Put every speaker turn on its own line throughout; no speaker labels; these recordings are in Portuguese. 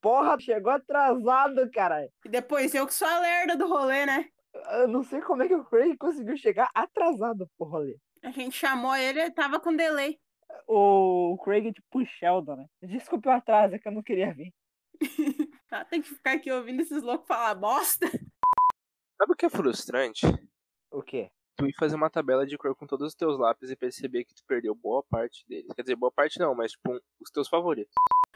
Porra, chegou atrasado, cara.
E depois eu que sou a lerda do rolê, né?
Eu não sei como é que o Craig conseguiu chegar atrasado pro rolê.
A gente chamou ele, ele tava com delay.
O Craig é tipo um Sheldon, né? Desculpe o atraso, é que eu não queria vir.
Tá, Tem que ficar aqui ouvindo esses loucos falar bosta.
Sabe o que é frustrante?
O quê?
Tu ir fazer uma tabela de cor com todos os teus lápis e perceber que tu perdeu boa parte deles. Quer dizer, boa parte não, mas tipo, um- os teus favoritos.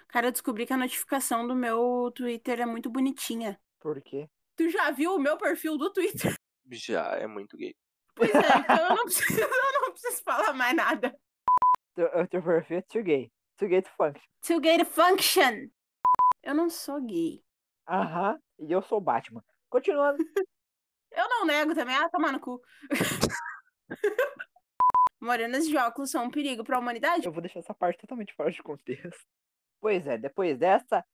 Cara, eu descobri que a notificação do meu Twitter é muito bonitinha.
Por quê?
Tu já viu o meu perfil do Twitter?
Já é muito gay.
Pois é, então eu não preciso, eu não preciso falar mais nada.
Teu, o teu perfil é too gay. Too gay to function.
To get a function. Eu não sou gay.
Aham. E eu sou o Batman. Continuando.
Eu não nego também. Ah, toma no cu. Morenas de óculos são um perigo pra humanidade?
Eu vou deixar essa parte totalmente fora de contexto. Pois é, depois dessa.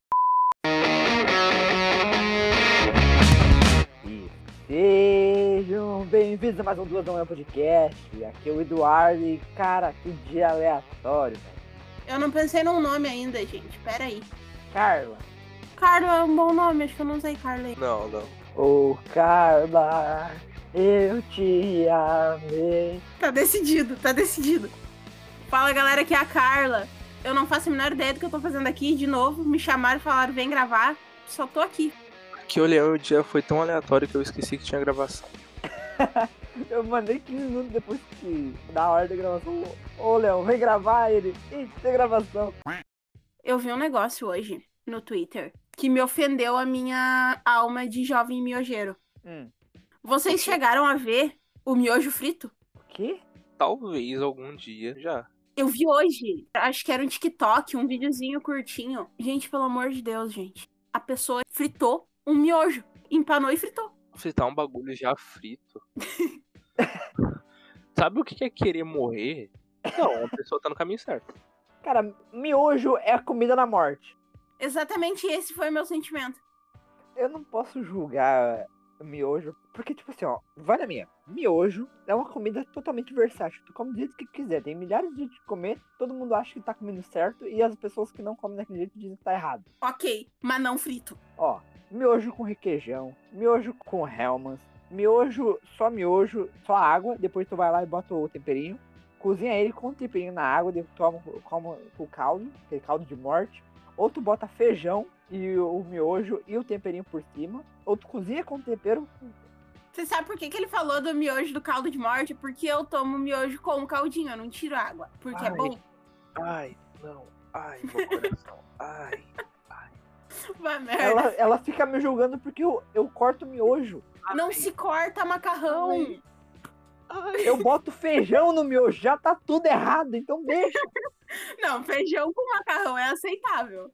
E sejam bem-vindos a mais um Duas da Manhã Podcast. Aqui é o Eduardo e, cara, que dia aleatório, velho.
Eu não pensei num nome ainda, gente. Pera aí.
Carla.
Carla é um bom nome. Acho que eu não usei Carla aí.
Não, não.
Ô, Carla, eu te amei.
Tá decidido, tá decidido. Fala galera, aqui é a Carla. Eu não faço a menor ideia do que eu tô fazendo aqui. De novo, me chamaram e falaram: vem gravar. Só tô aqui.
Que o Leão e o dia foi tão aleatório que eu esqueci que tinha gravação.
Eu mandei 15 minutos depois que da hora da gravação. Ô, Leão, vem gravar ele. Ih, tem gravação.
Eu vi um negócio hoje no Twitter que me ofendeu a minha alma de jovem miojeiro.
Hum,
Vocês chegaram a ver o miojo frito?
o quê?
Talvez algum dia já.
Eu vi hoje. Acho que era um TikTok, um videozinho curtinho. Gente, pelo amor de Deus, gente. A pessoa fritou um miojo. Empanou e fritou.
Fritar um bagulho já frito. Sabe o que é querer morrer? Não, a pessoa tá no caminho certo.
Cara, miojo é a comida da morte.
Exatamente esse foi o meu sentimento.
Eu não posso julgar miojo, porque, tipo assim, ó, vai na minha. Miojo é uma comida totalmente versátil. Tu come do jeito que quiser. Tem milhares de jeitos de comer, todo mundo acha que tá comendo certo, e as pessoas que não comem daquele jeito dizem que tá errado.
Ok, mas não frito.
Ó, miojo com requeijão, miojo com Hellmann's, miojo, só miojo, só água, depois tu vai lá e bota o temperinho, cozinha ele com o temperinho na água, depois toma como o caldo, aquele caldo de morte, ou tu bota feijão e o miojo e o temperinho por cima, ou tu cozinha com tempero,
Você sabe por que, que ele falou do miojo do caldo de morte? Porque eu tomo miojo com o caldinho, eu não tiro água. Porque é
Ai.
bom.
Ai, não. Ai, meu coração. Ai.
Vai, merda.
ela, ela fica me julgando porque eu, eu corto o miojo,
Não se corta macarrão.
eu boto feijão no miojo, já tá tudo errado, então deixa.
Não, feijão com macarrão é aceitável.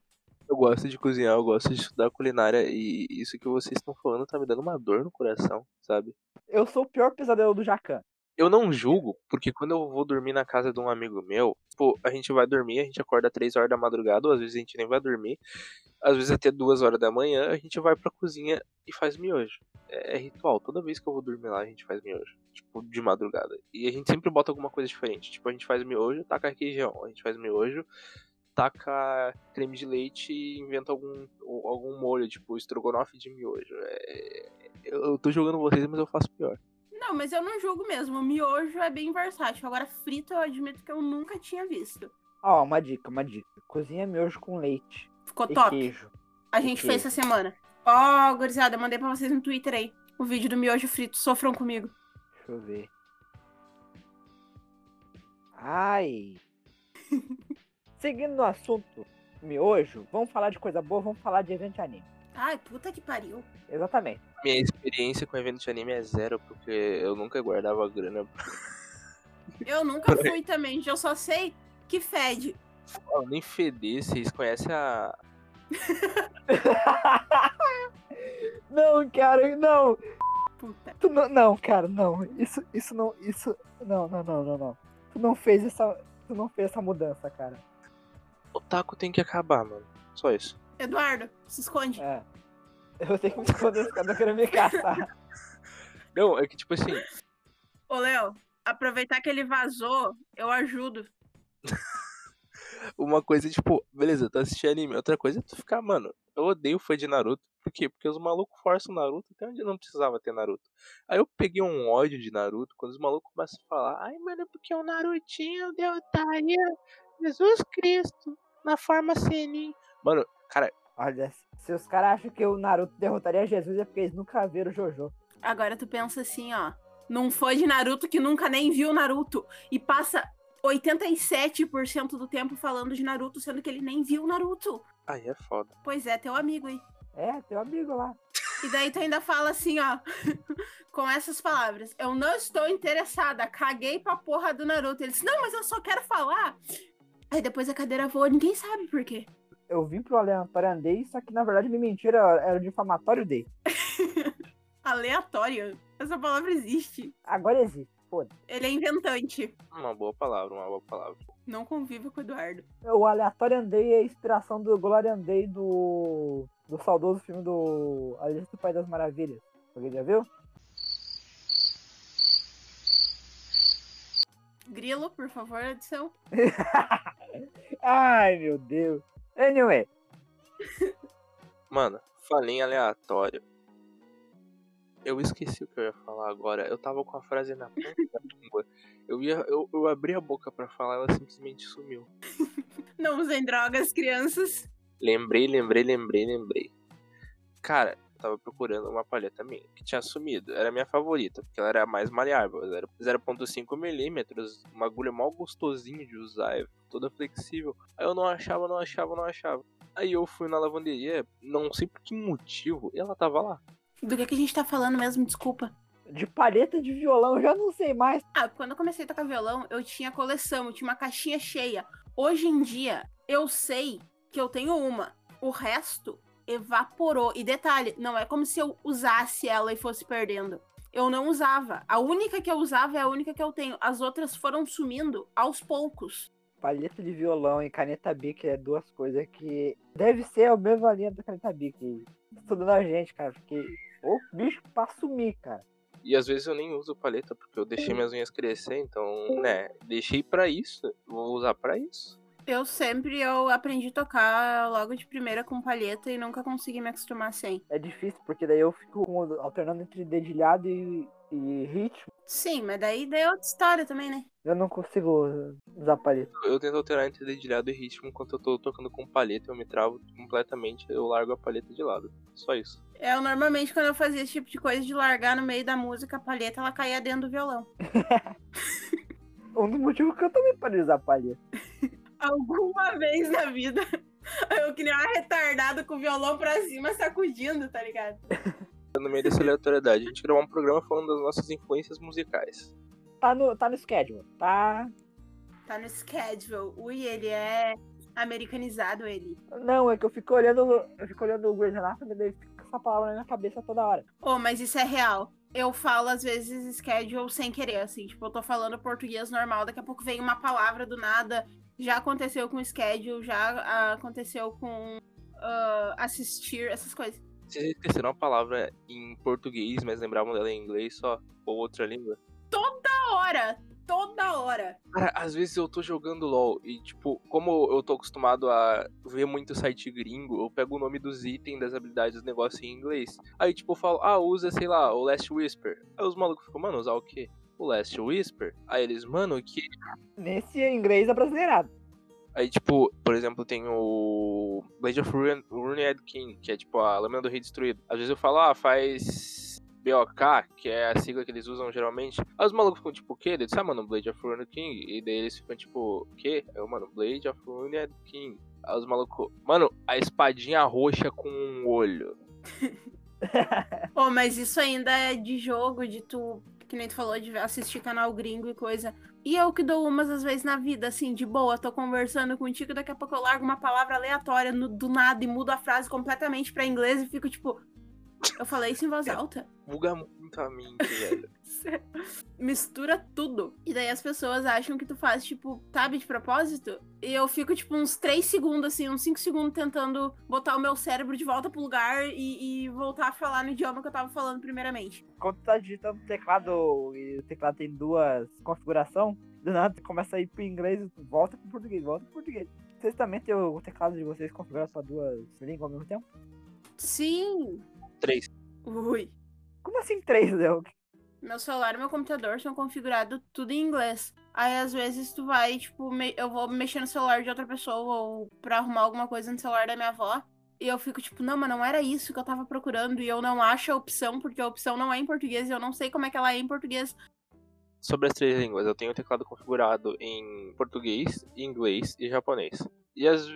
Eu gosto de cozinhar, eu gosto de estudar culinária e isso que vocês estão falando tá me dando uma dor no coração, sabe?
Eu sou o pior pesadelo do Jacan.
Eu não julgo, porque quando eu vou dormir na casa de um amigo meu, pô, a gente vai dormir, a gente acorda três horas da madrugada, ou às vezes a gente nem vai dormir, às vezes até duas horas da manhã, a gente vai pra cozinha e faz miojo. É, é ritual, toda vez que eu vou dormir lá, a gente faz miojo, tipo, de madrugada. E a gente sempre bota alguma coisa diferente, tipo, a gente faz miojo, taca requeijão, a gente faz miojo, taca creme de leite e inventa algum, ou- algum molho, tipo, estrogonofe de miojo. É- eu, eu tô jogando vocês, mas eu faço pior.
Não, mas eu não julgo mesmo. O miojo é bem versátil. Agora, frito eu admito que eu nunca tinha visto.
Ó, uma dica, uma dica. Cozinha miojo com leite.
Ficou
e
top.
queijo.
A gente
que-
fez essa semana. Ó, gurizada, mandei pra vocês no Twitter aí. O vídeo do miojo frito. Sofram comigo.
Deixa eu ver. Ai. Seguindo no assunto miojo, vamos falar de coisa boa, vamos falar de evento de anime.
Ai, puta que pariu.
Exatamente.
Minha experiência com evento de anime é zero, porque eu nunca guardava grana.
Eu nunca fui também, gente. Eu só sei que fede.
Ó, nem feder, vocês conhecem a.
Não, cara, não.
Puta.
Tu não, não, cara, não. Isso, isso não, isso, não, não, não, não, não. Tu não fez essa, tu não fez essa mudança, cara.
O taco tem que acabar, mano. Só isso.
Eduardo, se esconde.
É. Eu tenho que me esconder, os caras querendo me caçar.
Não, é que tipo assim,
Ô, Léo, aproveitar que ele vazou, eu ajudo.
uma coisa é tipo, beleza, tu assistir anime, outra coisa é tu ficar, mano. Eu odeio fã de Naruto. Por quê? Porque os malucos forçam Naruto até onde não precisava ter Naruto. Aí eu peguei um ódio de Naruto quando os malucos começam a falar: ai, mano, é porque o Narutinho derrotaria Jesus Cristo na forma Senin. Mano, cara,
Olha, se os caras acham que o Naruto derrotaria Jesus é porque eles nunca viram o Jojo.
Agora tu pensa assim, ó. Num fã de Naruto que nunca nem viu Naruto e passa 87% do tempo falando de Naruto, sendo que ele nem viu Naruto.
aí é foda.
Pois é, teu amigo aí.
É, teu amigo lá.
E daí tu ainda fala assim, ó, com essas palavras. Eu não estou interessada, caguei pra porra do Naruto. Ele disse, não, mas eu só quero falar. Aí depois a cadeira voa, ninguém sabe por quê.
Eu vim pro aleatório andei, só que na verdade minha mentira era o difamatório dele.
Aleatório. Essa palavra existe.
Agora existe, foda.
Ele é inventante.
Uma boa palavra, uma boa palavra.
Não conviva com o Eduardo.
O aleatório andei é a inspiração do Glória Andei do. do saudoso filme do Alice do País das Maravilhas. Alguém já viu?
Grilo, por favor, adição.
Ai meu Deus. Anyway,
Mano, falei em aleatório. Eu esqueci o que eu ia falar agora. Eu tava com a frase na ponta da língua. Eu, ia, eu, eu abri a boca pra falar, ela simplesmente sumiu.
Não usem drogas, crianças.
Lembrei, lembrei, lembrei, lembrei. Cara, eu tava procurando uma palheta minha que tinha sumido. Era a minha favorita, porque ela era a mais maleável. Ela era 0.5mm, uma agulha mal gostosinha de usar, é toda flexível. Aí eu não achava, não achava, não achava. Aí eu fui na lavanderia, não sei por que motivo, e ela tava lá.
Do que, que a gente tá falando mesmo? Desculpa.
de palheta de violão, eu já não sei mais.
Ah, quando eu comecei a tocar violão, eu tinha coleção, eu tinha uma caixinha cheia. Hoje em dia, eu sei que eu tenho uma. O resto evaporou. E detalhe, não é como se eu usasse ela e fosse perdendo. Eu não usava. A única que eu usava é a única que eu tenho. As outras foram sumindo aos poucos.
Palheta de violão e caneta Bic é duas coisas que deve ser a mesma linha da caneta Bic. Estudando a gente, cara, porque o bicho pra sumir, cara.
E às vezes eu nem uso paleta, porque eu deixei minhas unhas crescer, então, né, deixei pra isso, vou usar pra isso.
Eu sempre eu aprendi a tocar logo de primeira com palheta e nunca consegui me acostumar sem.
É difícil, porque daí eu fico alternando entre dedilhado e, e ritmo.
Sim, mas daí daí é outra história também, né?
Eu não consigo usar palheta.
Eu tento alterar entre dedilhado e ritmo, enquanto eu tô tocando com paleta, eu me travo completamente, eu largo a paleta de lado. Só isso.
Eu normalmente, quando eu fazia esse tipo de coisa de largar no meio da música a palheta, ela caía dentro do violão.
Um dos motivos que eu também parei de usar palheta.
Alguma vez na vida, eu que nem uma retardada com o violão pra cima sacudindo, tá ligado?
Tá No meio dessa aleatoriedade, a gente gravou um programa falando das nossas influências musicais.
Tá no, tá no schedule, tá?
Tá no schedule. Ui, ele é americanizado, ele.
Não, é que eu fico olhando, eu fico olhando o Grey's Anatomy, daí fica com essa palavra na minha cabeça toda hora.
Oh, mas isso é real. Eu falo, às vezes, schedule sem querer, assim. Tipo, eu tô falando português normal, daqui a pouco vem uma palavra do nada. Já aconteceu com schedule, já ah, aconteceu com ah, assistir, essas coisas.
Vocês esqueceram a palavra em português, mas lembravam dela em inglês só, ou outra língua?
Toda hora, toda hora.
Cara, às vezes eu tô jogando LOL e, tipo, como eu tô acostumado a ver muito site gringo, eu pego o nome dos itens, das habilidades, dos negócios em inglês. Aí, tipo, eu falo, ah, usa, sei lá, o Last Whisper. Aí os malucos ficam, mano, usar o quê? O Last Whisper? Aí eles, mano, o quê?
Nesse inglês é brasileirado.
Aí, tipo, por exemplo, tem o Blade of Rune, Runead King, que é, tipo, a lâmina do rei destruído. Às vezes eu falo, ah, faz... BOK, que é a sigla que eles usam geralmente. Aí os malucos ficam tipo, o quê? Eles ah, mano, Blade of Rune King. E daí eles ficam tipo, o quê? Eu, mano, Blade of Rune King. Aí os malucos, mano, a espadinha roxa com um olho.
Oh, mas isso ainda é de jogo, de tu, que nem tu falou, de assistir canal gringo e coisa. E eu que dou umas às vezes na vida, assim, de boa, tô conversando contigo, daqui a pouco eu largo uma palavra aleatória no- do nada e mudo a frase completamente pra inglês e fico tipo. Eu falei isso em voz alta.
Buga muito a mente, velho.
Mistura tudo. E daí as pessoas acham que tu faz, tipo, sabe, de propósito. E eu fico, tipo, uns 3 segundos, assim, uns 5 segundos tentando botar o meu cérebro de volta pro lugar e, e voltar a falar no idioma que eu tava falando primeiramente.
quando tu tá digitando no teclado e o teclado tem duas configurações, do nada tu começa a ir pro inglês, volta pro português, volta pro português. Vocês também têm o teclado de vocês configura só duas línguas ao mesmo tempo?
Sim.
Três.
Ui.
Como assim três, Léo?
Meu celular e meu computador são configurados tudo em inglês. Aí às vezes tu vai, tipo, me- eu vou mexer no celular de outra pessoa ou pra arrumar alguma coisa no celular da minha avó. E eu fico tipo, não, mas não era isso que eu tava procurando. E eu não acho a opção, porque a opção não é em português e eu não sei como é que ela é em português.
Sobre as três línguas, eu tenho o teclado configurado em português, inglês e japonês. E às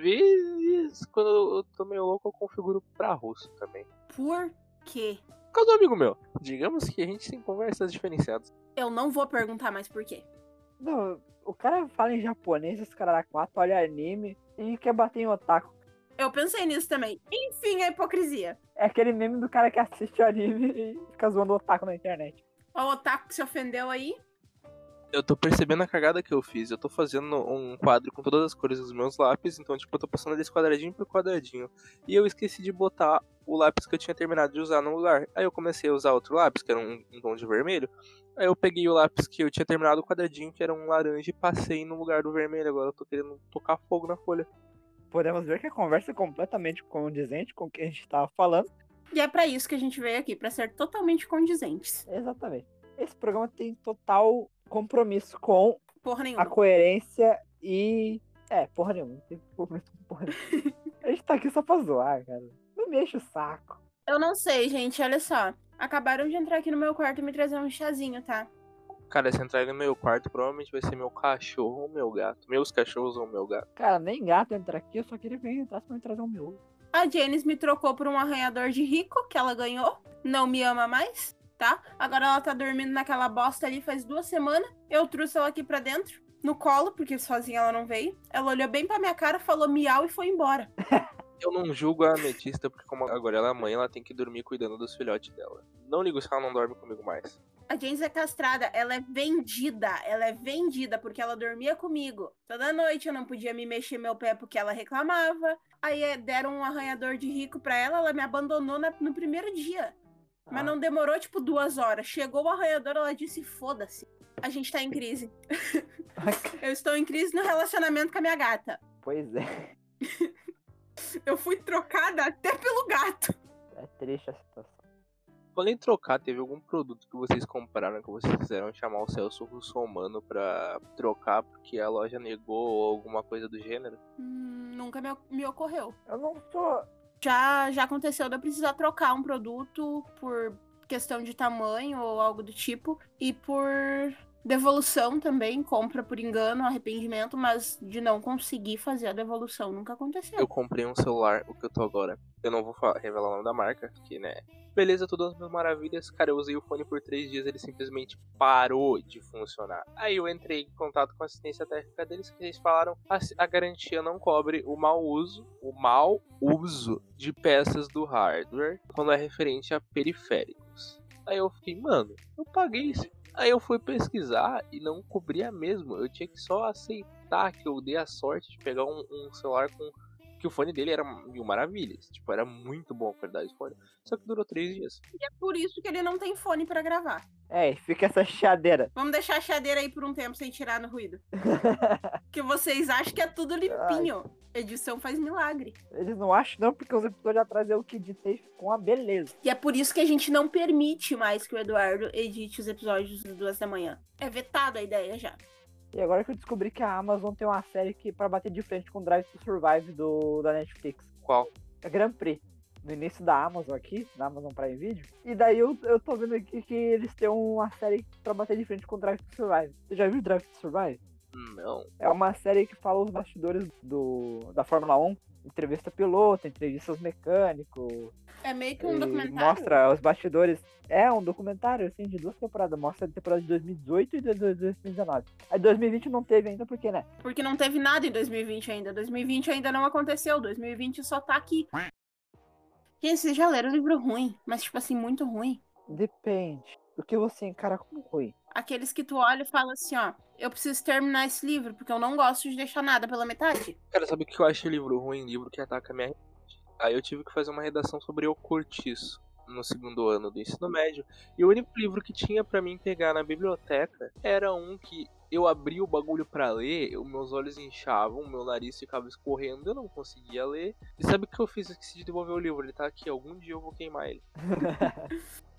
vezes, quando eu tô meio louco, eu configuro pra russo também.
Por quê?
Por causa do amigo meu. Digamos que a gente tem conversas diferenciadas.
Eu não vou perguntar mais por quê.
Não, o cara fala em japonês, os caras da 4 olha anime e quer bater em otaku.
Eu pensei nisso também. Enfim, a hipocrisia.
É aquele meme do cara que assiste anime e fica zoando otaku na internet.
Ó, o Otaku que se ofendeu aí.
Eu tô percebendo a cagada que eu fiz. Eu tô fazendo um quadro com todas as cores dos meus lápis, então, tipo, eu tô passando eles quadradinho por quadradinho. E eu esqueci de botar o lápis que eu tinha terminado de usar no lugar. Aí eu comecei a usar outro lápis, que era um, um tom de vermelho. Aí eu peguei o lápis que eu tinha terminado o quadradinho, que era um laranja, e passei no lugar do vermelho. Agora eu tô querendo tocar fogo na folha.
Podemos ver que a conversa é completamente condizente com o que a gente tava falando.
E é pra isso que a gente veio aqui, pra ser totalmente condizentes.
Exatamente. Esse programa tem total compromisso com
Porra
a
nenhuma.
coerência e. É, porra nenhuma. não tem compromisso com porra nenhuma. A gente tá aqui só pra zoar, cara. Não me enche o saco.
Eu não sei, gente, olha só. Acabaram de entrar aqui no meu quarto e me trazer um chazinho, tá?
Cara, se entrar no meu quarto, provavelmente vai ser meu cachorro ou meu gato. Meus cachorros ou meu gato.
Cara, nem gato entra aqui, eu só queria que ele entrasse pra me trazer um miolo.
A Janice me trocou por um arranhador de rico que ela ganhou. Não me ama mais, tá? Agora ela tá dormindo naquela bosta ali faz duas semanas. Eu trouxe ela aqui pra dentro, no colo, porque sozinha ela não veio. Ela olhou bem pra minha cara, falou miau e foi embora.
Eu não julgo a ametista, porque como agora ela é mãe, ela tem que dormir cuidando dos filhotes dela. Não ligo se ela não dorme comigo mais.
A Janice é castrada, ela é vendida, ela é vendida porque ela dormia comigo. Toda noite eu não podia me mexer meu pé porque ela reclamava. Aí eh, deram um arranhador de rico pra ela, ela me abandonou na- no primeiro dia.
Ah.
Mas não demorou, tipo, duas horas. Chegou o arranhador, ela disse: foda-se. A gente tá em crise.
Ah,
Eu estou em crise no relacionamento com a minha gata.
Pois é,
Eu fui trocada até pelo gato.
é triste a situação.
Quando em trocar, teve algum produto que vocês compraram que vocês quiseram chamar o Celso Russomano pra trocar porque a loja negou ou alguma coisa do gênero?
Hum, nunca me, me ocorreu.
Eu não sou.
Já, já aconteceu de eu precisar trocar um produto por questão de tamanho ou algo do tipo. E por devolução também, compra por engano, arrependimento, mas de não conseguir fazer a devolução nunca aconteceu.
Eu comprei um celular, o que eu tô agora. Eu não vou fa- revelar o nome da marca, porque, né? Beleza, tudo às mil maravilhas. Cara, eu usei o fone por três dias, ele simplesmente parou de funcionar. Aí eu entrei em contato com a assistência técnica deles, que eles falaram a, a garantia não cobre o mau uso, o mau uso de peças do hardware quando é referente a periféricos. Aí eu fiquei, mano, eu paguei isso. Aí eu fui pesquisar e não cobria mesmo. Eu tinha que só aceitar que eu dei a sorte de pegar um- um celular com que o fone dele era mil maravilhas. Tipo, era muito boa a qualidade do fone. Só que durou três dias.
E é por isso que ele não tem fone pra gravar.
É, e fica essa chiadeira.
Vamos deixar a chadeira aí por um tempo sem tirar no ruído. que vocês acham que é tudo limpinho. Edição faz milagre.
Eles não acham, não, porque os episódios atrás eu que editei ficou uma beleza.
E é por isso que a gente não permite mais que o Eduardo edite os episódios de duas da manhã. É vetado a ideia já.
E agora que eu descobri que a Amazon tem uma série que pra bater de frente com o Drive to Survive do, da Netflix.
Qual?
É Grand Prix. No início da Amazon aqui, da Amazon Prime Video. E daí eu, eu tô vendo aqui que eles têm uma série pra bater de frente com o Drive to Survive. Você já viu Drive to Survive?
Não.
É uma série que fala os bastidores do, da Fórmula 1. Entrevista piloto, entrevista aos mecânicos.
É meio que
e
um documentário.
mostra os bastidores. É um documentário, assim, de duas temporadas. Mostra a temporada de 2018 e de 2019. A de 2020 não teve ainda, porque, né?
Porque não teve nada em 2020 ainda. 2020 ainda não aconteceu. 2020 só tá aqui. Gente, vocês já leram o livro ruim, mas tipo assim, muito ruim.
Depende do que você encara como ruim.
Aqueles que tu olha e fala assim, ó, eu preciso terminar esse livro, porque eu não gosto de deixar nada pela metade.
Cara, sabe o que eu acho livro ruim? Livro que ataca a minha mente. Aí eu tive que fazer uma redação sobre o cortiço. no segundo ano do ensino médio. E o único livro que tinha pra mim pegar na biblioteca era um que eu abria o bagulho pra ler, eu- meus olhos inchavam, meu nariz ficava escorrendo, eu não conseguia ler. E sabe o que eu fiz? Eu esqueci de devolver o livro, ele tá aqui, algum dia eu vou queimar ele.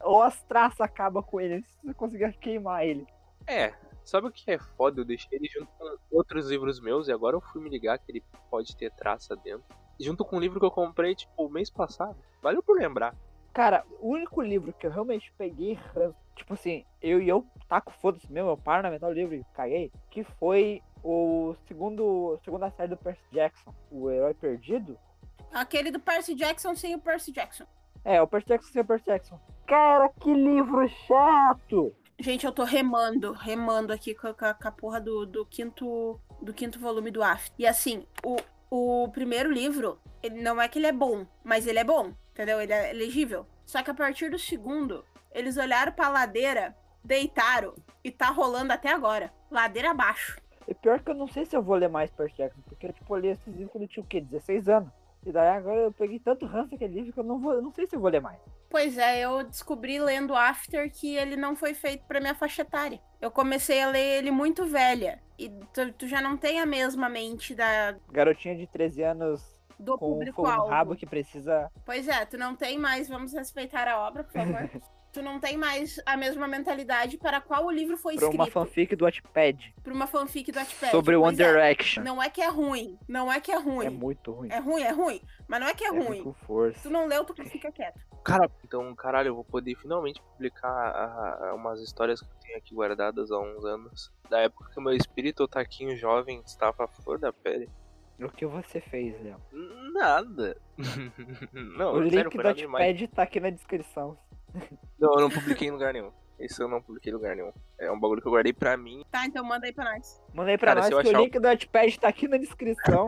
Ou as traças acabam com ele antes de você conseguir queimar ele.
É, sabe o que é foda? Eu deixei ele junto com outros livros meus e agora eu fui me ligar que ele pode ter traça dentro. Junto com um livro que eu comprei, tipo, mês passado. Valeu por lembrar.
Cara, o único livro que eu realmente peguei, ranço, tipo assim, eu e eu taco foda-se mesmo, eu paro na metade do livro e caguei, que foi o segundo, segunda série do Percy Jackson, o Herói Perdido.
Aquele do Percy Jackson sem o Percy Jackson.
É, o Percy Jackson sem o Percy Jackson. Cara, que livro chato!
Gente, eu tô remando, remando aqui com a, com a- com a porra do, do quinto do quinto volume do AF. E assim, o, o primeiro livro, ele não é que ele é bom, mas ele é bom, entendeu? Ele é legível. Só que a partir do segundo, eles olharam pra ladeira, deitaram e tá rolando até agora. Ladeira abaixo.
E pior que eu não sei se eu vou ler mais Percy Jackson, porque tipo, eu li esses livros quando eu tinha o quê? 16 anos. E daí agora eu peguei tanto ranço daquele livro que eu não, vou, eu não sei se eu vou ler mais.
Pois é, eu descobri lendo After que ele não foi feito pra minha faixa etária. Eu comecei a ler ele muito velha. E tu, tu já não tem a mesma mente da,
Garotinha de 13 anos
do
com um fogo no rabo
público-alvo.
que precisa.
Pois é, tu não tem mais, vamos respeitar a obra, por favor. tu não tem mais a mesma mentalidade para a qual o livro foi
Pra
escrito.
uma fanfic do Wattpad.
Pra uma fanfic do Wattpad.
Sobre o One
Pois é,
Direction.
Não é que é ruim, não é que é ruim.
É muito ruim.
É ruim, é ruim, mas não é que é, ruim.
Com
Tu
força.
não leu, tu fica quieto.
Cara, então, caralho, eu vou poder finalmente publicar a- a- umas histórias que eu tenho aqui guardadas há uns anos. Da época que meu espírito otaquinho jovem estava à flor da pele.
O que você fez, Léo?
Nada. não,
o
sério,
link
foi
do
nada demais.
Wattpad tá aqui na descrição.
Não, eu não publiquei em lugar nenhum. Isso eu não publiquei em lugar nenhum. É um bagulho que eu guardei pra mim
Tá, então manda aí pra nós.
Mandei pra
Cara, se eu
nós que
achar
o
o-
link do Wattpad tá aqui na descrição.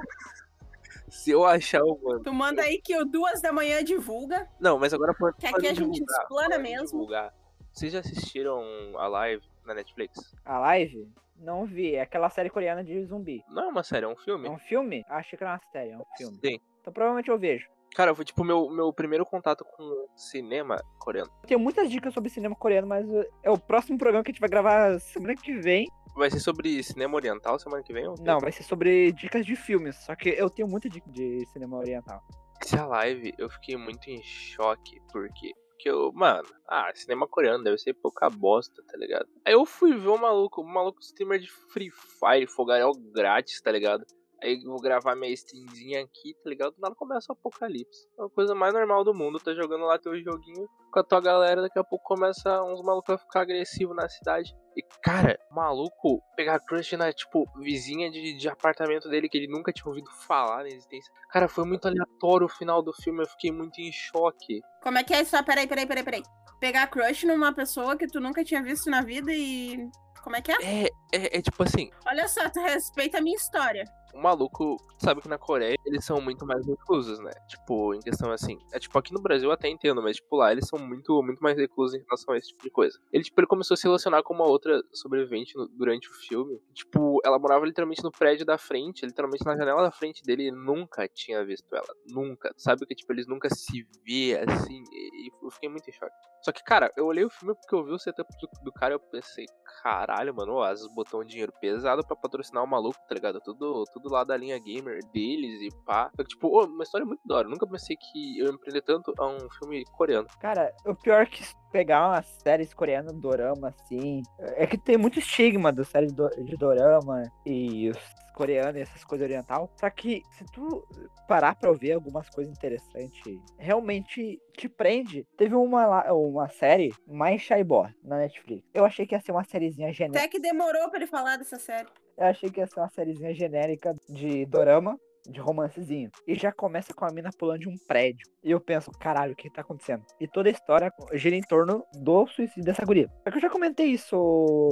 Se eu achar o mano.
Tu manda aí que o duas da manhã divulga.
Não, mas agora por.
Que aqui
falando
a
em
gente
divulgar,
explana
falando em
mesmo.
divulgar, Vocês já assistiram a live na Netflix?
A live? Não vi. É aquela série coreana de zumbi.
Não é uma série, é um filme.
É um filme? Achei que era uma série, é um filme.
Sim.
Então provavelmente eu vejo.
Cara, foi tipo meu meu primeiro contato com cinema coreano.
Eu tenho muitas dicas sobre cinema coreano, mas uh, é o próximo programa que a gente vai gravar semana que vem.
Vai ser sobre cinema oriental semana que vem? Ou
Não, vai ser sobre dicas de filmes. Só que eu tenho muita dica de cinema oriental.
Essa live eu fiquei muito em choque, porque. Porque eu, mano, ah, cinema coreano deve ser pouca bosta, tá ligado? Aí eu fui ver o maluco, o maluco streamer de Free Fire, fogaréu grátis, tá ligado? Aí eu vou gravar minha streamzinha aqui, tá ligado? Do nada começa o apocalipse. É a coisa mais normal do mundo, tá jogando lá teu joguinho com a tua galera, daqui a pouco começa uns malucos a ficar agressivo na cidade. E, cara, maluco pegar crush na, tipo, vizinha de, de apartamento dele que ele nunca tinha ouvido falar na existência. Cara, foi muito aleatório o final do filme, eu fiquei muito em choque.
Como é que é isso? Ah, Peraí, peraí, peraí, peraí. Pegar crush numa pessoa que tu nunca tinha visto na vida e. Como é que é?
É, é, é tipo assim,
Olha só, tu respeita a minha história.
o um maluco sabe que na Coreia eles são muito mais reclusos, né? Tipo, em questão assim. É tipo, aqui no Brasil eu até entendo, mas tipo, lá eles são muito, muito mais reclusos em relação a esse tipo de coisa. Ele, tipo, ele começou a se relacionar com uma outra sobrevivente no- durante o filme. Tipo, ela morava literalmente no prédio da frente, literalmente na janela da frente dele, e ele nunca tinha visto ela. Nunca. Sabe que, tipo, eles nunca se vê assim. E, e eu fiquei muito em choque. Só que, cara, eu olhei o filme porque eu vi o setup do, do cara e eu pensei, caralho, mano, ó, as botou um dinheiro pesado pra patrocinar o maluco, tá ligado? Tudo, tudo lá da linha gamer deles e pá. Só que, tipo, ô, uma história muito da hora. Eu nunca pensei que eu ia empreender tanto a um filme coreano.
Cara, o pior que pegar uma série coreana, um dorama, assim. É que tem muito estigma das séries do- de dorama e os coreanos e essas coisas oriental. Só que se tu parar pra ver algumas coisas interessantes, realmente te prende. Teve uma, lá- uma série, Mais Shaibor, na Netflix. Eu achei que ia ser uma sériezinha genérica.
Até que demorou pra ele falar dessa série.
Eu achei que ia ser uma sériezinha genérica de dorama, de romancezinho. E já começa com a mina pulando de um prédio. E eu penso, caralho, o que tá acontecendo? E toda a história gira em torno do suicídio dessa guria. Só que eu já comentei isso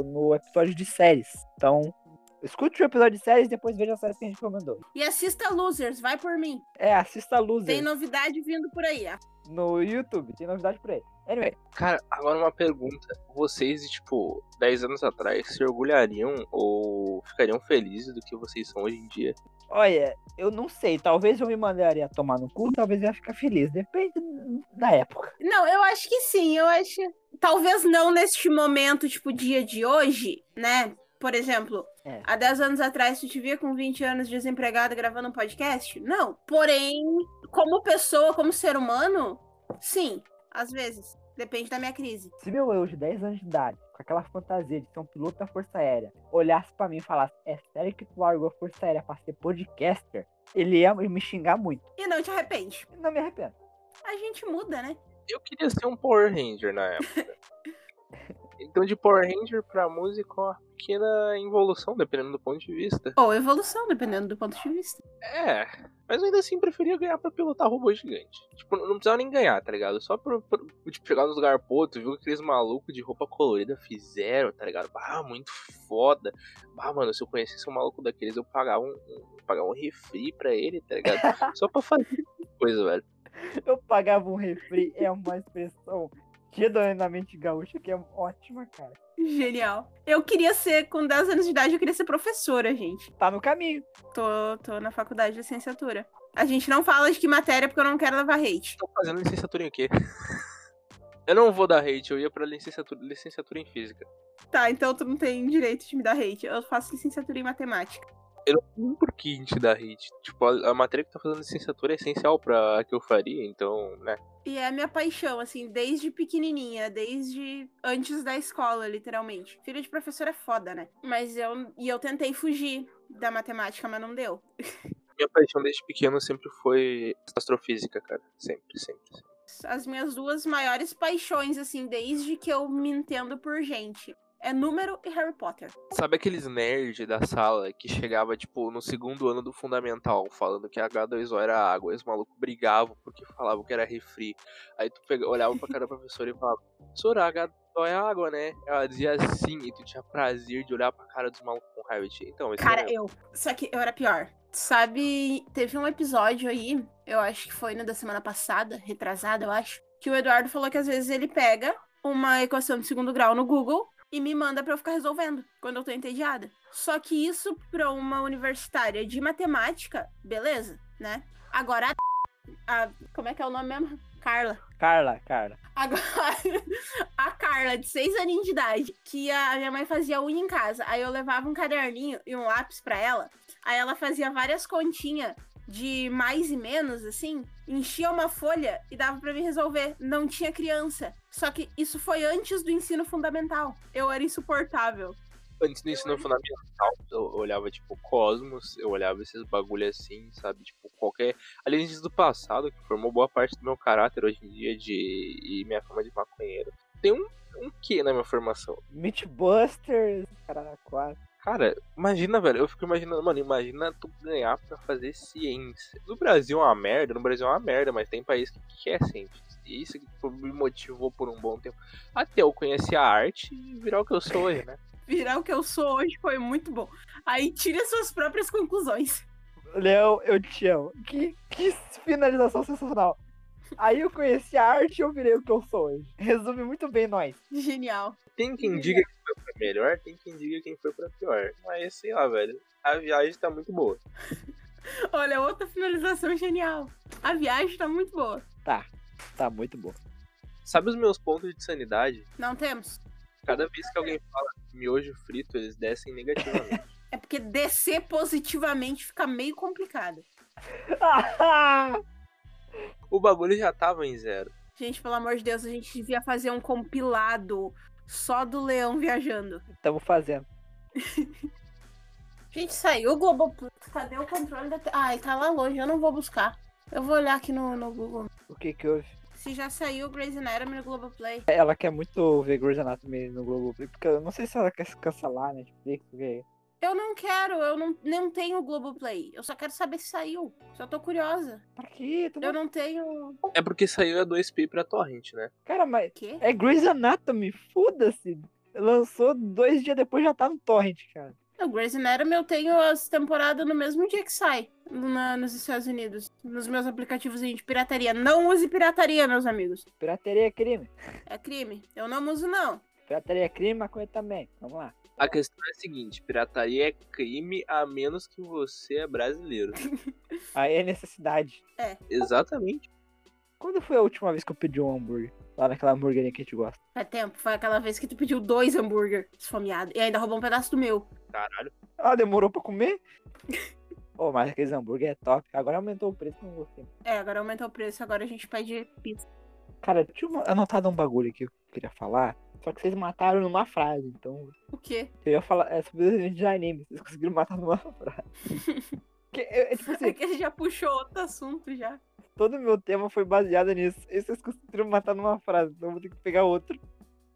no episódio de séries. Então, escute o episódio de séries e depois veja a série que a gente recomendou.
E assista Losers, vai por mim.
É, assista a Luz
Tem novidade vindo por aí. ah.
no YouTube. Tem novidade por aí. Anyway,
Cara, agora uma pergunta. Vocês, de, tipo, 10 anos atrás, se orgulhariam ou ficariam felizes do que vocês são hoje em dia?
olha, eu não sei. Talvez eu me mandaria tomar no cu, talvez eu ia ficar feliz. Depende da época.
Não, eu acho que sim, eu acho. Talvez não neste momento, tipo, dia de hoje, né? Por exemplo,
É.
há 10 anos atrás tu te via com 20 anos desempregado gravando um podcast? Não. Porém, como pessoa, como ser humano, sim, às vezes. Depende da minha crise.
Se meu eu de 10 anos de idade, com aquela fantasia de ser um piloto da Força Aérea, olhasse pra mim e falasse, é sério que tu largou a Força Aérea pra ser podcaster? Ele ia me xingar muito.
E não te arrepende.
Não me arrependo.
A gente muda, né?
Eu queria ser um Power Ranger na época. então, de Power Ranger pra música, é uma pequena involução, dependendo do ponto de vista.
Ou evolução, dependendo do ponto de vista.
É, mas eu ainda assim preferia ganhar pra pilotar robô gigante. Tipo, não precisava nem ganhar, tá ligado? Só pra, pra tipo, chegar nos lugar pro outro, viu o que aqueles malucos de roupa colorida fizeram, tá ligado? Ah, muito foda. Ah, mano, se eu conhecesse um maluco daqueles, eu pagava um, um- pagava um refri pra ele, tá ligado? Só pra fazer coisa, velho.
Eu pagava um refri, é uma expressão genuinamente gaúcha que é ótima, cara.
Genial. Eu queria ser, com 10 anos de idade, eu queria ser professora, gente.
Tá no caminho.
Tô, tô na faculdade de licenciatura. A gente não fala de que matéria porque eu não quero levar hate.
Estão fazendo licenciatura em quê? Eu não vou dar hate, eu ia pra licenciatura, licenciatura em física.
Tá, então tu não tem direito de me dar hate. Eu faço licenciatura em matemática.
Eu não sei por que a gente dá hate. Tipo, a, a matéria que tá fazendo licenciatura é essencial pra que eu faria, então, né?
E é a minha paixão, assim, desde pequenininha, desde antes da escola, literalmente. Filho de professor é foda, né? Mas eu. E eu tentei fugir da matemática, mas não deu.
Minha paixão desde pequeno sempre foi astrofísica, cara. Sempre, sempre. sempre.
as minhas duas maiores paixões, assim, desde que eu me entendo por gente. É número e Harry Potter.
Sabe aqueles nerd da sala que chegava, tipo, no segundo ano do fundamental, falando que H2O era água, e os malucos brigavam porque falavam que era refri. Aí tu pega, olhava pra cara da professora e falava, professora, H2O é água, né? Ela dizia assim, e tu tinha prazer de olhar pra cara dos malucos com raiva. de ti. Então, esse
Cara,
é
eu. Só que eu era pior. Sabe, teve um episódio aí, eu acho que foi no da semana passada, retrasada, eu acho, que o Eduardo falou que às vezes ele pega uma equação de segundo grau no Google e me manda pra eu ficar resolvendo quando eu tô entediada. Só que isso pra uma universitária de matemática, beleza, né? Agora a, a como é que é o nome mesmo? Carla.
Carla, Carla.
Agora, a Carla, de seis aninhos de idade, que a minha mãe fazia unha em casa. Aí eu levava um caderninho e um lápis pra ela. Aí ela fazia várias continhas de mais e menos, assim. Enchia uma folha e dava pra mim resolver. Não tinha criança. Só que isso foi antes do ensino fundamental. Eu era insuportável.
Antes do ensino fundamental, eu olhava, tipo, Cosmos, eu olhava esses bagulho assim, sabe? Tipo, qualquer. Aliens do passado, que formou boa parte do meu caráter hoje em dia de... e minha fama de maconheiro. Tem um, um quê na minha formação?
Meatbusters, cara, quase.
Cara, imagina, velho, eu fico imaginando, mano, imagina tu ganhar pra fazer ciência. No Brasil é uma merda, no Brasil é uma merda, mas tem país que, que é ciência. E isso que, tipo, me motivou por um bom tempo. Até eu conhecer a arte e virar o que eu sou hoje, né?
Virar o que eu sou hoje foi muito bom. Aí tire as suas próprias conclusões.
Leão, eu te amo. Que, que finalização sensacional. Aí eu conheci a arte e eu virei o que eu sou hoje. Resume muito bem nós.
Genial.
Tem quem diga que foi pra melhor, tem quem diga quem foi pra pior. Mas sei lá, velho. A viagem tá muito boa.
Olha, outra finalização genial. A viagem tá muito boa.
Tá muito bom.
Sabe os meus pontos de sanidade?
Não temos.
Cada vez que alguém fala miojo frito, eles descem negativamente.
É porque descer positivamente fica meio complicado.
o bagulho já tava em zero.
Gente, pelo amor de Deus, a gente devia fazer um compilado só do leão viajando.
Estamos fazendo.
Gente, saiu o Globoplay. Cadê o controle da. te- Ai, tá lá longe, eu não vou buscar. Eu vou olhar aqui no, no Google.
O que que houve?
Se já saiu o Grey's Anatomy no Globoplay.
Ela quer muito ver Grey's Anatomy no Globoplay, porque eu não sei se ela quer se cancelar, né? Porque
Eu não quero, eu não, não tenho o Globoplay. Eu só quero saber se saiu. Só tô curiosa.
pra quê? Tu não-
Eu não tenho.
É porque saiu a 2P pra torrent, né?
Cara, mas
O quê?
é Grey's Anatomy, foda-se. Lançou dois dias depois já tá no torrent, cara.
O Grey's Anatomy eu tenho as temporadas no mesmo dia que sai na- nos Estados Unidos. Nos meus aplicativos de pirataria. Não use pirataria, meus amigos.
Pirataria é crime.
É crime. Eu não uso, não.
Pirataria é crime, maconha também. Vamos lá.
A questão é a seguinte: pirataria é crime a menos que você é brasileiro.
Aí é necessidade.
Exatamente.
Quando foi a última vez que eu pedi um hambúrguer? Lá naquela hambúrgueria que a gente gosta.
Faz É tempo, foi aquela vez que tu pediu dois hambúrguer esfomeado e ainda roubou um pedaço do meu.
Caralho.
Ah, demorou pra comer? Pô, mas aqueles hambúrguer é top. Agora aumentou o preço, não gostei.
É, agora aumentou o preço, agora a gente pede pizza.
Cara, tinha uma- anotado um bagulho aqui que eu queria falar. Só que vocês mataram numa frase, então.
O quê?
Eu ia falar é, sobre desenho de anime. Vocês conseguiram matar numa frase. que, eu- é tipo assim,
É que a gente já puxou outro assunto já.
todo o meu tema foi baseado nisso. E vocês conseguiram matar numa frase, então eu vou ter que pegar outro.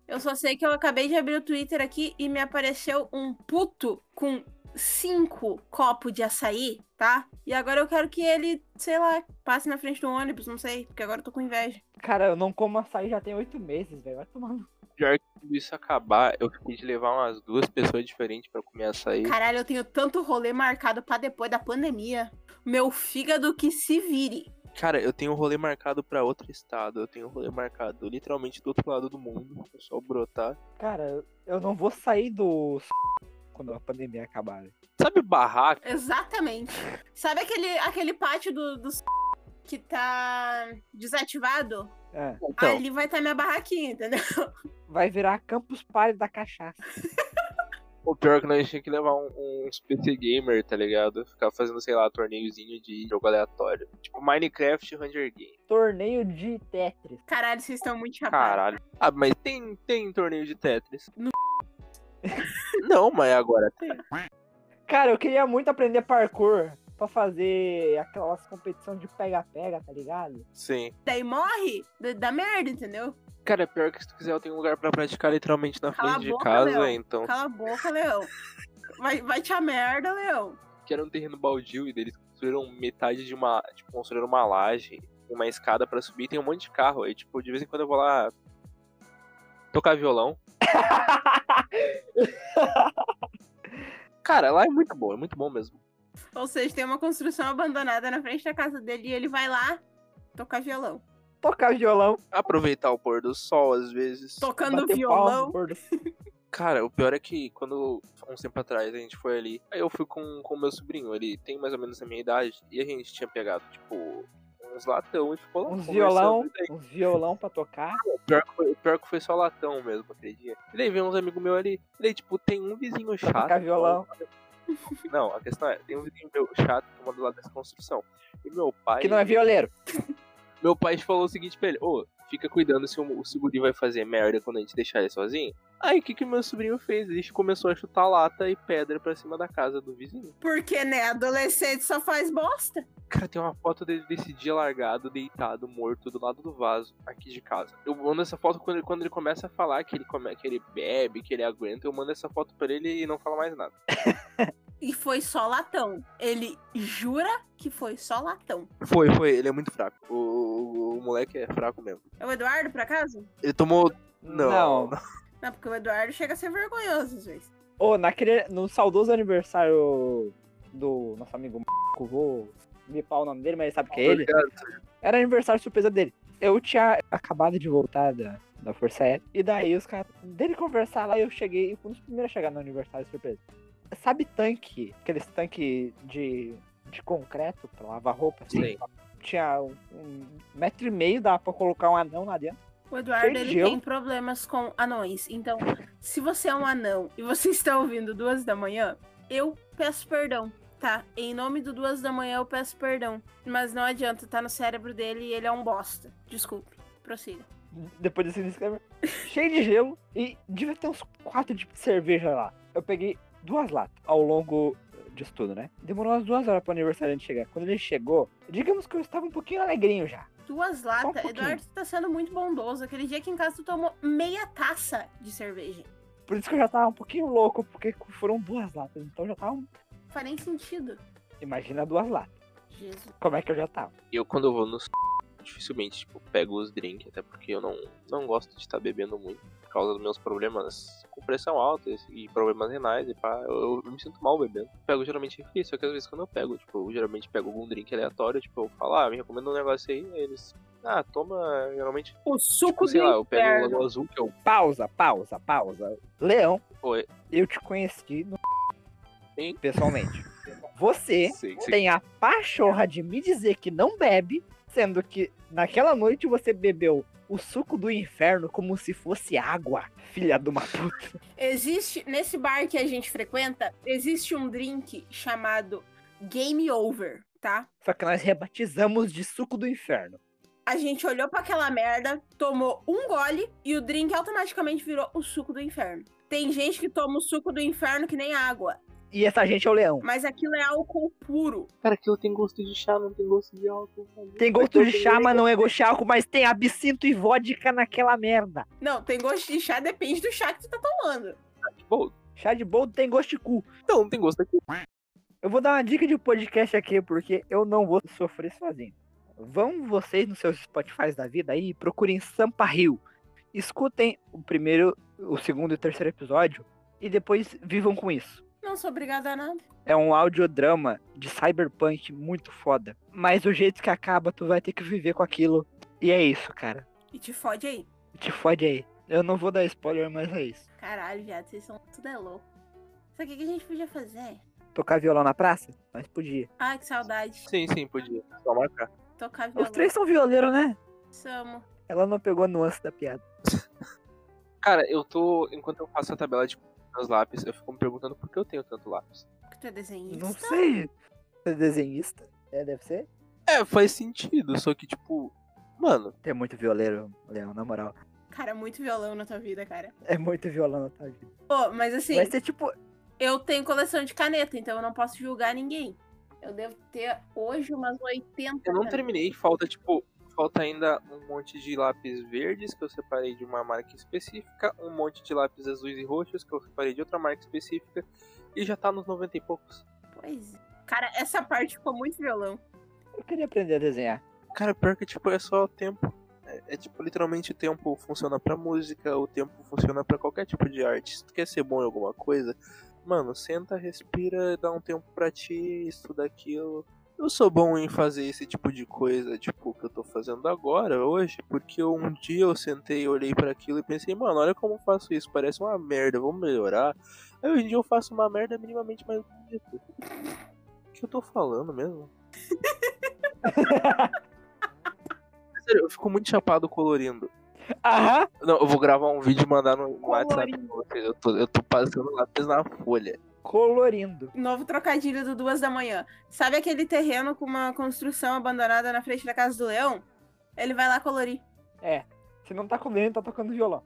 Eu só sei que eu acabei de abrir o Twitter aqui e me apareceu um puto com cinco copos de açaí, tá? E agora eu quero que ele, sei lá, passe na frente do ônibus, não sei, porque agora eu tô com inveja.
Cara, eu não como açaí já tem oito meses, velho. Vai tomar no.
Pior que tudo isso acabar, eu fiquei de levar umas duas pessoas diferentes pra comer açaí.
Caralho, eu tenho tanto rolê marcado pra depois da pandemia. Meu fígado que se vire.
Cara, eu tenho um rolê marcado pra outro estado. Eu tenho um rolê marcado literalmente do outro lado do mundo. É só brotar.
Cara, eu não vou sair do. s- Quando a pandemia acabar. né? velho.
Sabe barraca?
Exatamente. Sabe aquele, aquele pátio do, dos que tá desativado?
É.
Então,
Ali vai estar minha barraquinha, entendeu?
Vai virar Campus Party da cachaça.
o pior é que nós tinha que levar um, uns PC Gamer, tá ligado? Ficar fazendo, sei lá, torneiozinho de jogo aleatório. Tipo Minecraft e Hunger Game.
Torneio de Tetris.
Caralho, vocês estão muito chapados.
Caralho. Ah, mas tem, tem torneio de Tetris. Não, mas agora tem.
Cara, eu queria muito aprender parkour pra fazer aquelas competições de pega-pega, tá ligado?
Sim.
Daí morre, d- dá merda, entendeu?
Cara, pior que se tu quiser, eu tenho um lugar pra praticar literalmente na
Cala a
frente de
boca,
casa,
Léo.
então.
Cala a boca, Leão. Vai, vai te a merda, Leão.
que era um terreno baldio e eles construíram metade de uma. Tipo, construíram uma laje, uma escada pra subir, tem um monte de carro. Aí, tipo, de vez em quando eu vou lá tocar violão. Cara, lá é muito bom, é muito bom mesmo.
Ou seja, tem uma construção abandonada na frente da casa dele e ele vai lá tocar violão.
Tocar violão,
Aproveitar o pôr do sol às vezes.
Tocando
bater
violão.
palma, gordo.
Cara, o pior é que quando há uns tempo atrás a gente foi ali, aí eu fui com o meu sobrinho, ele tem mais ou menos a minha idade, e a gente tinha pegado, tipo, uns latão e ficou lá
Uns
conversando,
violão,
e daí
uns violão pra tocar.
Pior que, foi, pior que foi só latão mesmo aquele dia. E daí veio uns amigos meus ali. E daí, tipo, tem um vizinho chato.
tocar violão.
Não, a questão é, tem um vizinho meu chato que mora do lado dessa construção. E meu pai.
Que não é violeiro.
Meu pai falou o seguinte pra ele, ô, fica cuidando se o, se o guri vai fazer merda quando a gente deixar ele sozinho. Aí o que, que meu sobrinho fez? Ele começou a chutar lata e pedra pra cima da casa do vizinho.
Porque, né, adolescente só faz bosta.
Cara, tem uma foto dele desse dia largado, deitado, morto, do lado do vaso, aqui de casa. Eu mando essa foto quando ele, quando ele começa a falar que ele, come, que ele bebe, que ele aguenta. Eu mando essa foto pra ele e não fala mais nada.
E foi só latão. Ele jura que foi só latão.
Foi, foi. Ele é muito fraco. O, o- o moleque é fraco mesmo.
É o Eduardo, por acaso?
Ele tomou. Não.
Não.
Não, porque o Eduardo chega a ser vergonhoso às vezes.
Ô, naquele, no saudoso aniversário do nosso amigo Marco, vou bipar o nome dele, mas ele sabe que é ele. Era aniversário surpresa dele. Eu tinha acabado de voltar da, da Força Aérea. E daí os caras. Dele conversar lá, eu cheguei. E fui um dos primeiros a chegar no aniversário surpresa. Sabe tanque? Aqueles tanque de, de concreto pra lavar roupa? assim?
Sim.
Tinha um, um metro e meio, dava pra colocar um anão lá dentro.
O Eduardo
Cheio de
ele
gelo.
tem problemas com anões. Então, se você é um anão e você está ouvindo duas da manhã, eu peço perdão, tá? Em nome do duas da manhã eu peço perdão. Mas não adianta, tá no cérebro dele e ele é um bosta. Desculpe, prossiga.
Depois desse disclaimer. cheio de gelo. E devia ter uns quatro tipos de cerveja lá. Eu peguei duas latas ao longo disso tudo, né? Demorou umas duas horas pro aniversariante chegar. Quando ele chegou, digamos que eu estava um pouquinho alegrinho já.
Duas
um
latas.
pouquinho.
Eduardo, tu tá sendo muito bondoso. Aquele dia que em casa tu tomou meia taça de cerveja.
Por isso que eu já tava um pouquinho louco, porque foram duas latas. Então já tava. um-
Não faz nem sentido.
Imagina duas latas.
Jesus.
Como é que eu já tava?
Eu, quando eu vou nos. Dificilmente, tipo, pego os drinks, até porque eu não, não gosto de estar bebendo muito. Por causa dos meus problemas com pressão alta e problemas renais e pá, eu, eu me sinto mal bebendo. Pego geralmente refri, só que às vezes quando eu pego, tipo, eu geralmente pego algum drink aleatório, tipo, eu falo, ah, me recomenda um negócio aí, aí eles, ah, toma, geralmente,
O suco
tipo, sei
do
lá, eu pego um
inferno.
lagoa azul, que é o
Pausa, pausa, pausa. Leão.
Oi.
Eu te conheci no...
Hein?
pessoalmente. Você
sei, sei.
tem a pachorra de me dizer que não bebe Sendo que naquela noite você bebeu o suco do inferno como se fosse água, filha de uma puta.
Existe, nesse bar que a gente frequenta, existe um drink chamado Game Over, tá?
Só que nós rebatizamos de suco do inferno.
A gente olhou pra aquela merda, tomou um gole e o drink automaticamente virou o suco do inferno. Tem gente que toma o suco do inferno que nem água,
E essa gente é o leão.
mas aquilo é álcool puro.
Cara, aquilo tem gosto de chá, não tem gosto de álcool.
Tem gosto de chá, mas não é gosto de álcool, mas tem absinto e vodka naquela merda.
Não, tem gosto de chá, depende do chá que tu tá tomando.
Bom,
Chá de boldo tem gosto de cu.
então, não tem gosto aqui.
Eu vou dar uma dica de podcast aqui, porque eu não vou sofrer sozinho. Vão vocês nos seus Spotify da vida aí e procurem Sampa Rio. Escutem o primeiro, o segundo e o terceiro episódio e depois vivam com isso.
Não sou obrigada a nada.
É um audiodrama de cyberpunk muito foda. Mas o jeito que acaba, tu vai ter que viver com aquilo. E é isso, cara.
E te fode aí.
Te fode aí. Eu não vou dar spoiler, mas é isso.
Caralho, viado, vocês são tudo é louco. Só que o que a gente podia fazer?
Tocar violão na praça? Mas podia.
Ai, que saudade.
Sim, sim, podia. Só marcar.
Tocar violão.
Os três são violeiros, né?
Somos.
Ela não pegou a nuance da piada.
Cara, eu tô. Enquanto eu faço a tabela de meus lápis, eu fico me perguntando por que eu tenho tanto lápis.
Que tu é desenhista?
Não sei. Você é desenhista? É, deve ser.
É, faz sentido, só que, tipo. Mano,
Tu é muito violeiro, Leão, na moral.
Cara, muito violão na tua vida, cara.
É muito violão na tua vida.
Pô, mas assim,
Vai ser tipo.
eu tenho coleção de caneta, então eu não posso julgar ninguém. Eu devo ter hoje umas 80.
eu não
canetas.
terminei. Falta, tipo. Falta ainda um monte de lápis verdes que eu separei de uma marca específica, um monte de lápis azuis e roxos que eu separei de outra marca específica, e já tá nos 90 e poucos.
Pois é. Cara, essa parte ficou muito violão.
Eu queria aprender a desenhar.
Cara, pior que tipo, é só o tempo. É, é, tipo, literalmente o tempo funciona pra música, o tempo funciona pra qualquer tipo de arte. Se tu quer ser bom em alguma coisa, mano, senta, respira, dá um tempo pra ti, estuda aquilo. Eu sou bom em fazer esse tipo de coisa, tipo, que eu tô fazendo agora, hoje, porque um dia eu sentei, olhei pra aquilo e pensei, mano, olha como eu faço isso, parece uma merda, vamos melhorar. Aí hoje em dia eu faço uma merda minimamente mais bonita. O que eu tô falando mesmo? Sério, eu fico muito chapado colorindo.
Aham!
Não, eu vou gravar um vídeo e mandar no no WhatsApp
Colorido.
pra vocês. Eu tô, eu tô passando lápis na folha.
Colorindo.
Novo trocadilho do duas da manhã. Sabe aquele terreno com uma construção abandonada na frente da casa do leão? Ele vai lá colorir.
Se não tá colorindo, tá tocando violão.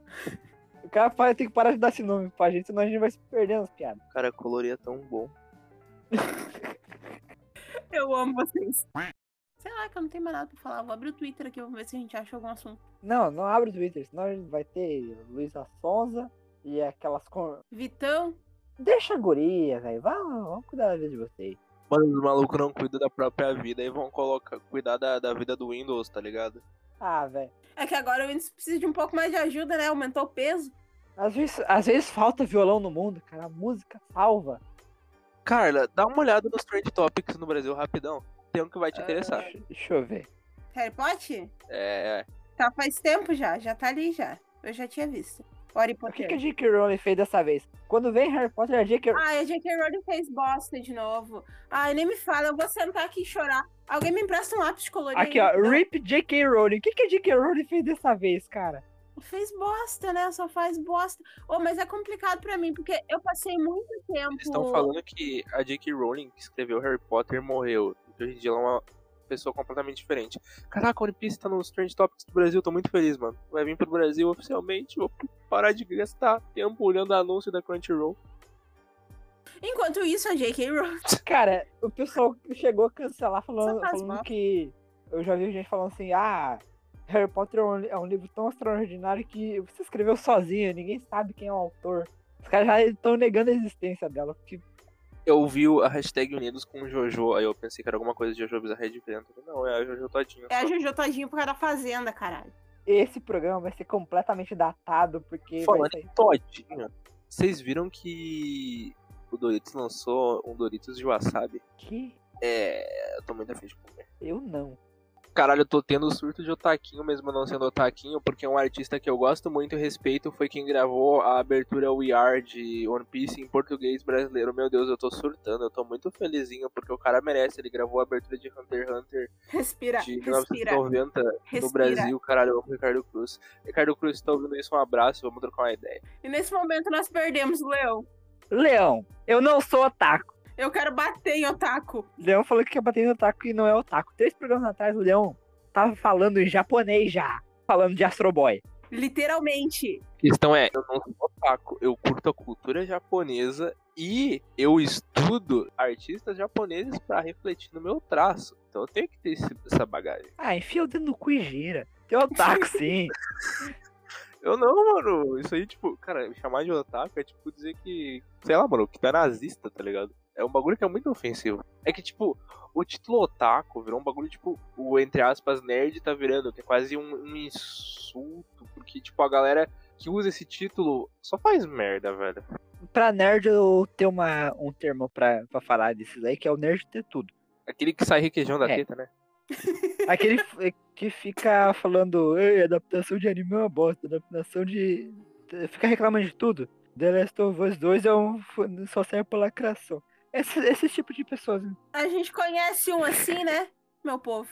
O cara fala, tem que parar de dar esse nome pra gente, senão a gente vai se perdendo nas piadas.
Cara, colorir é tão bom.
Eu amo vocês. Sei lá, que eu não tenho mais nada pra falar. Vou abrir o Twitter aqui, vamos ver se a gente acha algum assunto.
Não, não abre o Twitter, senão a gente vai ter Luísa Sonza e aquelas. con-
Vitão,
Deixa a guria, velho. Vamos, vamos cuidar da vida de vocês.
Mano, os malucos não cuidam da própria vida e vão colocar, cuidar da, da vida do Windows, tá ligado?
Ah, velho.
é que agora o Windows precisa de um pouco mais de ajuda, né? Aumentou o peso.
Às vezes, às vezes falta violão no mundo, cara. A música salva.
Carla, dá uma olhada nos Trend Topics no Brasil rapidão. Tem um que vai te interessar.
Deixa- Deixa eu ver.
Harry Potter?
É, é.
Tá faz tempo já, já tá ali já. Eu já tinha visto. Harry
O que,
Potter.
que a J.K. Rowling fez dessa vez? Quando vem Harry Potter, a J.K.
Ai, a J.K. Rowling fez bosta de novo. Ai, nem me fala, eu vou sentar aqui e chorar. Alguém me empresta um lápis colorido.
Aqui, ó.
aí, então.
RIP J.K. Rowling. O que, que a J.K. Rowling fez dessa vez, cara?
Fez bosta, né? Só faz bosta. Ô, mas é complicado pra mim, porque eu passei muito tempo.
Eles estão falando que a J.K. Rowling, que escreveu Harry Potter, morreu. E hoje em dia ela é uma pessoa completamente diferente. Caraca, o One Piece tá nos Trend Topics do Brasil, tô muito feliz, mano. Vai vir pro Brasil oficialmente, vou parar de gastar tempo olhando anúncio da Crunchyroll.
Enquanto isso, a J.K. Rowling.
Cara, o pessoal chegou a cancelar falando,
Só faz
falando
mal.
que. Eu já vi gente falando assim, ah. Harry Potter é um, li- é um livro tão extraordinário que você escreveu sozinha, ninguém sabe quem é o autor. Os caras já estão negando a existência dela. Porque
Eu vi a hashtag Unidos com Jojo, aí eu pensei que era alguma coisa de Jojo Bizarre Adventure. Não, é a Jojo todinha.
É a
só.
Jojo Todinho por causa da Fazenda, caralho.
esse programa vai ser completamente datado, porque vai
Falando
sair
em todinha, vocês viram que o Doritos lançou um Doritos de wasabi?
aqui.
É, eu tô muito afim de comer.
Eu não.
Caralho, eu tô tendo o surto de otaquinho, mesmo não sendo otaquinho, porque um artista que eu gosto muito e respeito foi quem gravou a abertura We Are de One Piece em português brasileiro. Meu Deus, eu tô surtando, eu tô muito felizinho, porque o cara merece. Ele gravou a abertura de Hunter x Hunter
Tá, Respira,
de
é
respira.
1990
Respira.
no Brasil. Caralho, eu amo o Ricardo Cruz. Ricardo Cruz, se tá ouvindo isso, um abraço, vamos trocar uma ideia.
E nesse momento nós perdemos, Leão.
Leão, eu não sou otaku.
Eu quero bater em Otaku.
Leão falou que quer bater no otaku e não é otaku. Três programas atrás, o Leão tava falando em japonês já. Falando de Astro Boy.
Literalmente.
A questão é, eu não sou otaku, eu curto a cultura japonesa e eu estudo artistas japoneses pra refletir no meu traço. Então eu tenho que ter esse- essa bagagem.
Ah, enfia o dedo no cu e gira. Tem otaku sim.
Eu não, mano. Isso aí, tipo, cara, me chamar de otaku é tipo dizer que, sei lá, mano, que tá nazista, tá ligado? É um bagulho que é muito ofensivo. É que, tipo, o título otaku virou um bagulho, tipo, o entre aspas nerd tá virando, que é quase um, um insulto, porque, tipo, a galera que usa esse título só faz merda, velho.
pra nerd eu tenho uma, um termo pra, pra falar desses aí, que é o nerd ter tudo.
Aquele que sai requeijão da
É.
teta, né?
Aquele f- que fica falando, ei, adaptação de anime é uma bosta, adaptação de. Fica reclamando de tudo. The Last of Us 2 é um. f- só serve pra lacração. Esse, esse tipo de pessoas. né?
A gente conhece um assim, né, meu povo?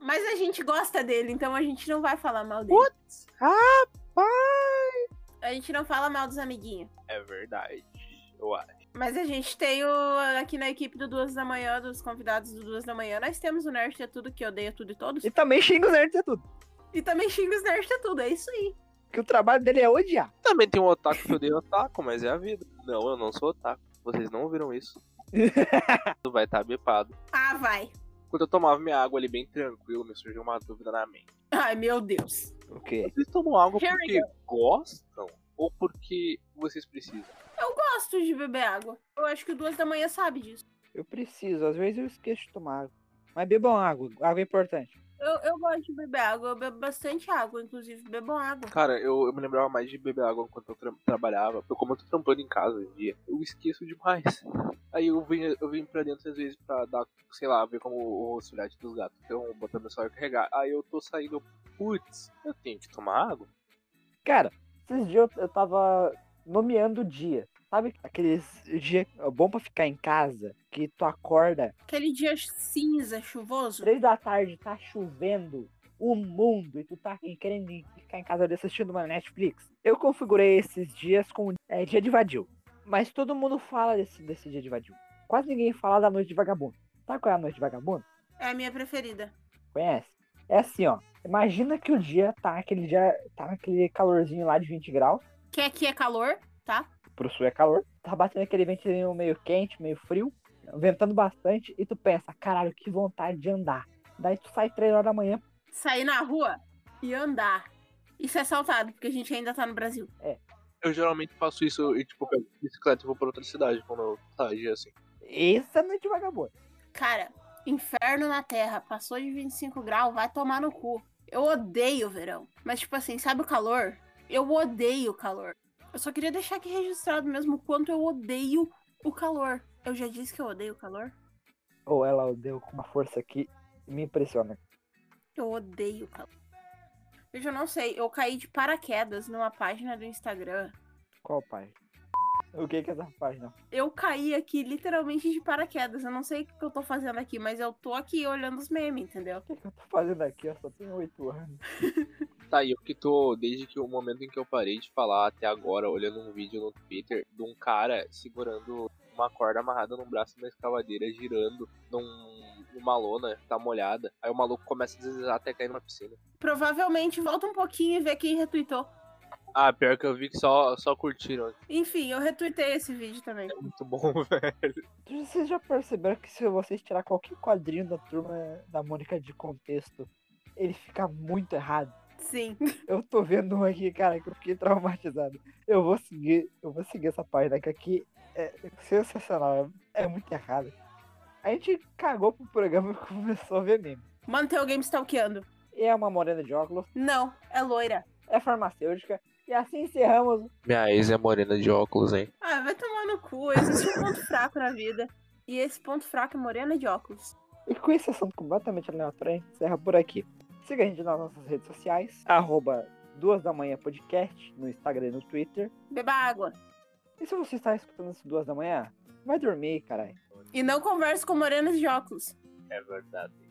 Mas a gente gosta dele, então a gente não vai falar mal dele.
Putz, rapaz!
A gente não fala mal dos amiguinhos.
É verdade. Eu acho.
Mas a gente tem o. Aqui na equipe do Duas da Manhã, dos convidados do Duas da Manhã, nós temos o Nerd é Tudo, que odeia tudo e todos.
E também xinga os nerds de tudo.
E também xinga os Nerd é Tudo, é isso aí.
Que o trabalho dele é odiar.
Também tem um otaku que odeia otaku, mas é a vida. Não, eu não sou otaku. Vocês não ouviram isso. Tu vai estar bepado.
Ah, vai.
Quando eu tomava minha água ali bem tranquilo, me surgiu uma dúvida na mente.
Ai, meu Deus.
O quê?
Vocês tomam água
Here
porque gostam ou porque vocês precisam?
Eu gosto de beber água. Eu acho que o Duas da Manhã sabe disso.
Eu preciso, às vezes eu esqueço de tomar água. Mas bebam água, água é importante.
Eu, eu gosto de beber água, eu bebo bastante água, inclusive bebo água.
Cara, eu, eu me lembrava mais de beber água enquanto eu tra- trabalhava. Porque como eu tô trampando em casa hoje em dia, eu esqueço demais. Aí eu vim, eu vim pra dentro às vezes pra dar, sei lá, ver como o filhote dos gatos Então, estão botando o celular carregar. Aí eu tô saindo, eu, putz, eu tenho que tomar água?
Cara, esses dias eu, eu tava nomeando o dia. Sabe aqueles dia bom pra ficar em casa? Que tu acorda
Aquele dia cinza, chuvoso.
três da tarde, tá chovendo o mundo e tu tá aqui querendo ir ficar em casa ali assistindo uma Netflix. Eu configurei esses dias com é, dia de vadio. Mas todo mundo fala desse, desse dia de vadio. Quase ninguém fala da noite de vagabundo. Sabe qual é a noite de vagabundo?
É a minha preferida.
Conhece? É assim, ó. Imagina que o dia tá aquele dia. tá naquele calorzinho lá de 20 graus.
Que aqui é calor, tá?
Pro sul é calor. Tá batendo aquele ventinho meio quente, meio frio. Ventando bastante. E tu pensa, caralho, que vontade de andar. Daí tu sai três horas da manhã
Sair na rua e andar. Isso é saltado, porque a gente ainda tá no Brasil.
Eu geralmente faço isso e, tipo, pego bicicleta e vou pra outra cidade quando eu saio assim.
Essa noite de vagabundo.
Cara, inferno na terra. Passou de 25 graus, vai tomar no cu. Eu odeio o verão. Mas, tipo assim, sabe o calor? Eu odeio o calor. Eu só queria deixar aqui registrado mesmo o quanto eu odeio o calor. Eu já disse que eu odeio o calor?
Ou ela deu com uma força que me impressiona.
Eu odeio o calor. Eu já não sei, eu caí de paraquedas numa página do Instagram.
Qual página? O que que é essa página?
Eu caí aqui literalmente de paraquedas. Eu não sei o que que eu tô fazendo aqui, mas eu tô aqui olhando os memes, entendeu?
O que que eu tô fazendo aqui? Eu só tenho oito anos.
Tá, e eu que tô, desde que o momento em que eu parei de falar até agora, olhando um vídeo no Twitter de um cara segurando uma corda amarrada num braço de uma escavadeira, girando num, numa lona que tá molhada. Aí o maluco começa a deslizar até cair numa piscina.
Provavelmente volta um pouquinho e vê quem retweetou.
Ah, pior que eu vi que só, só curtiram.
Enfim, eu retuitei esse vídeo também.
É muito bom, velho.
Vocês já perceberam que se vocês tirar qualquer quadrinho da turma da Mônica de contexto, ele fica muito errado.
Sim.
Eu tô vendo um aqui, cara, que eu fiquei traumatizado. Eu vou seguir, eu vou seguir essa página que aqui é sensacional. É, é muito errado. A gente cagou pro programa e começou a ver meme.
Mano, tem alguém me stalkeando.
É uma morena de óculos.
Não, é loira.
é farmacêutica. E assim encerramos.
Minha ex é morena de óculos, hein?
Ah, vai tomar no cu. Existe um ponto fraco na vida. E esse ponto fraco é morena de óculos.
E com esse assunto completamente aleatório, a gente encerra por aqui. Siga a gente nas nossas redes sociais, arroba duas da manhã podcast, no Instagram e no Twitter.
Beba água.
E se você está escutando isso duas da manhã, vai dormir, caralho.
E não converse com morenas de óculos.
É verdade.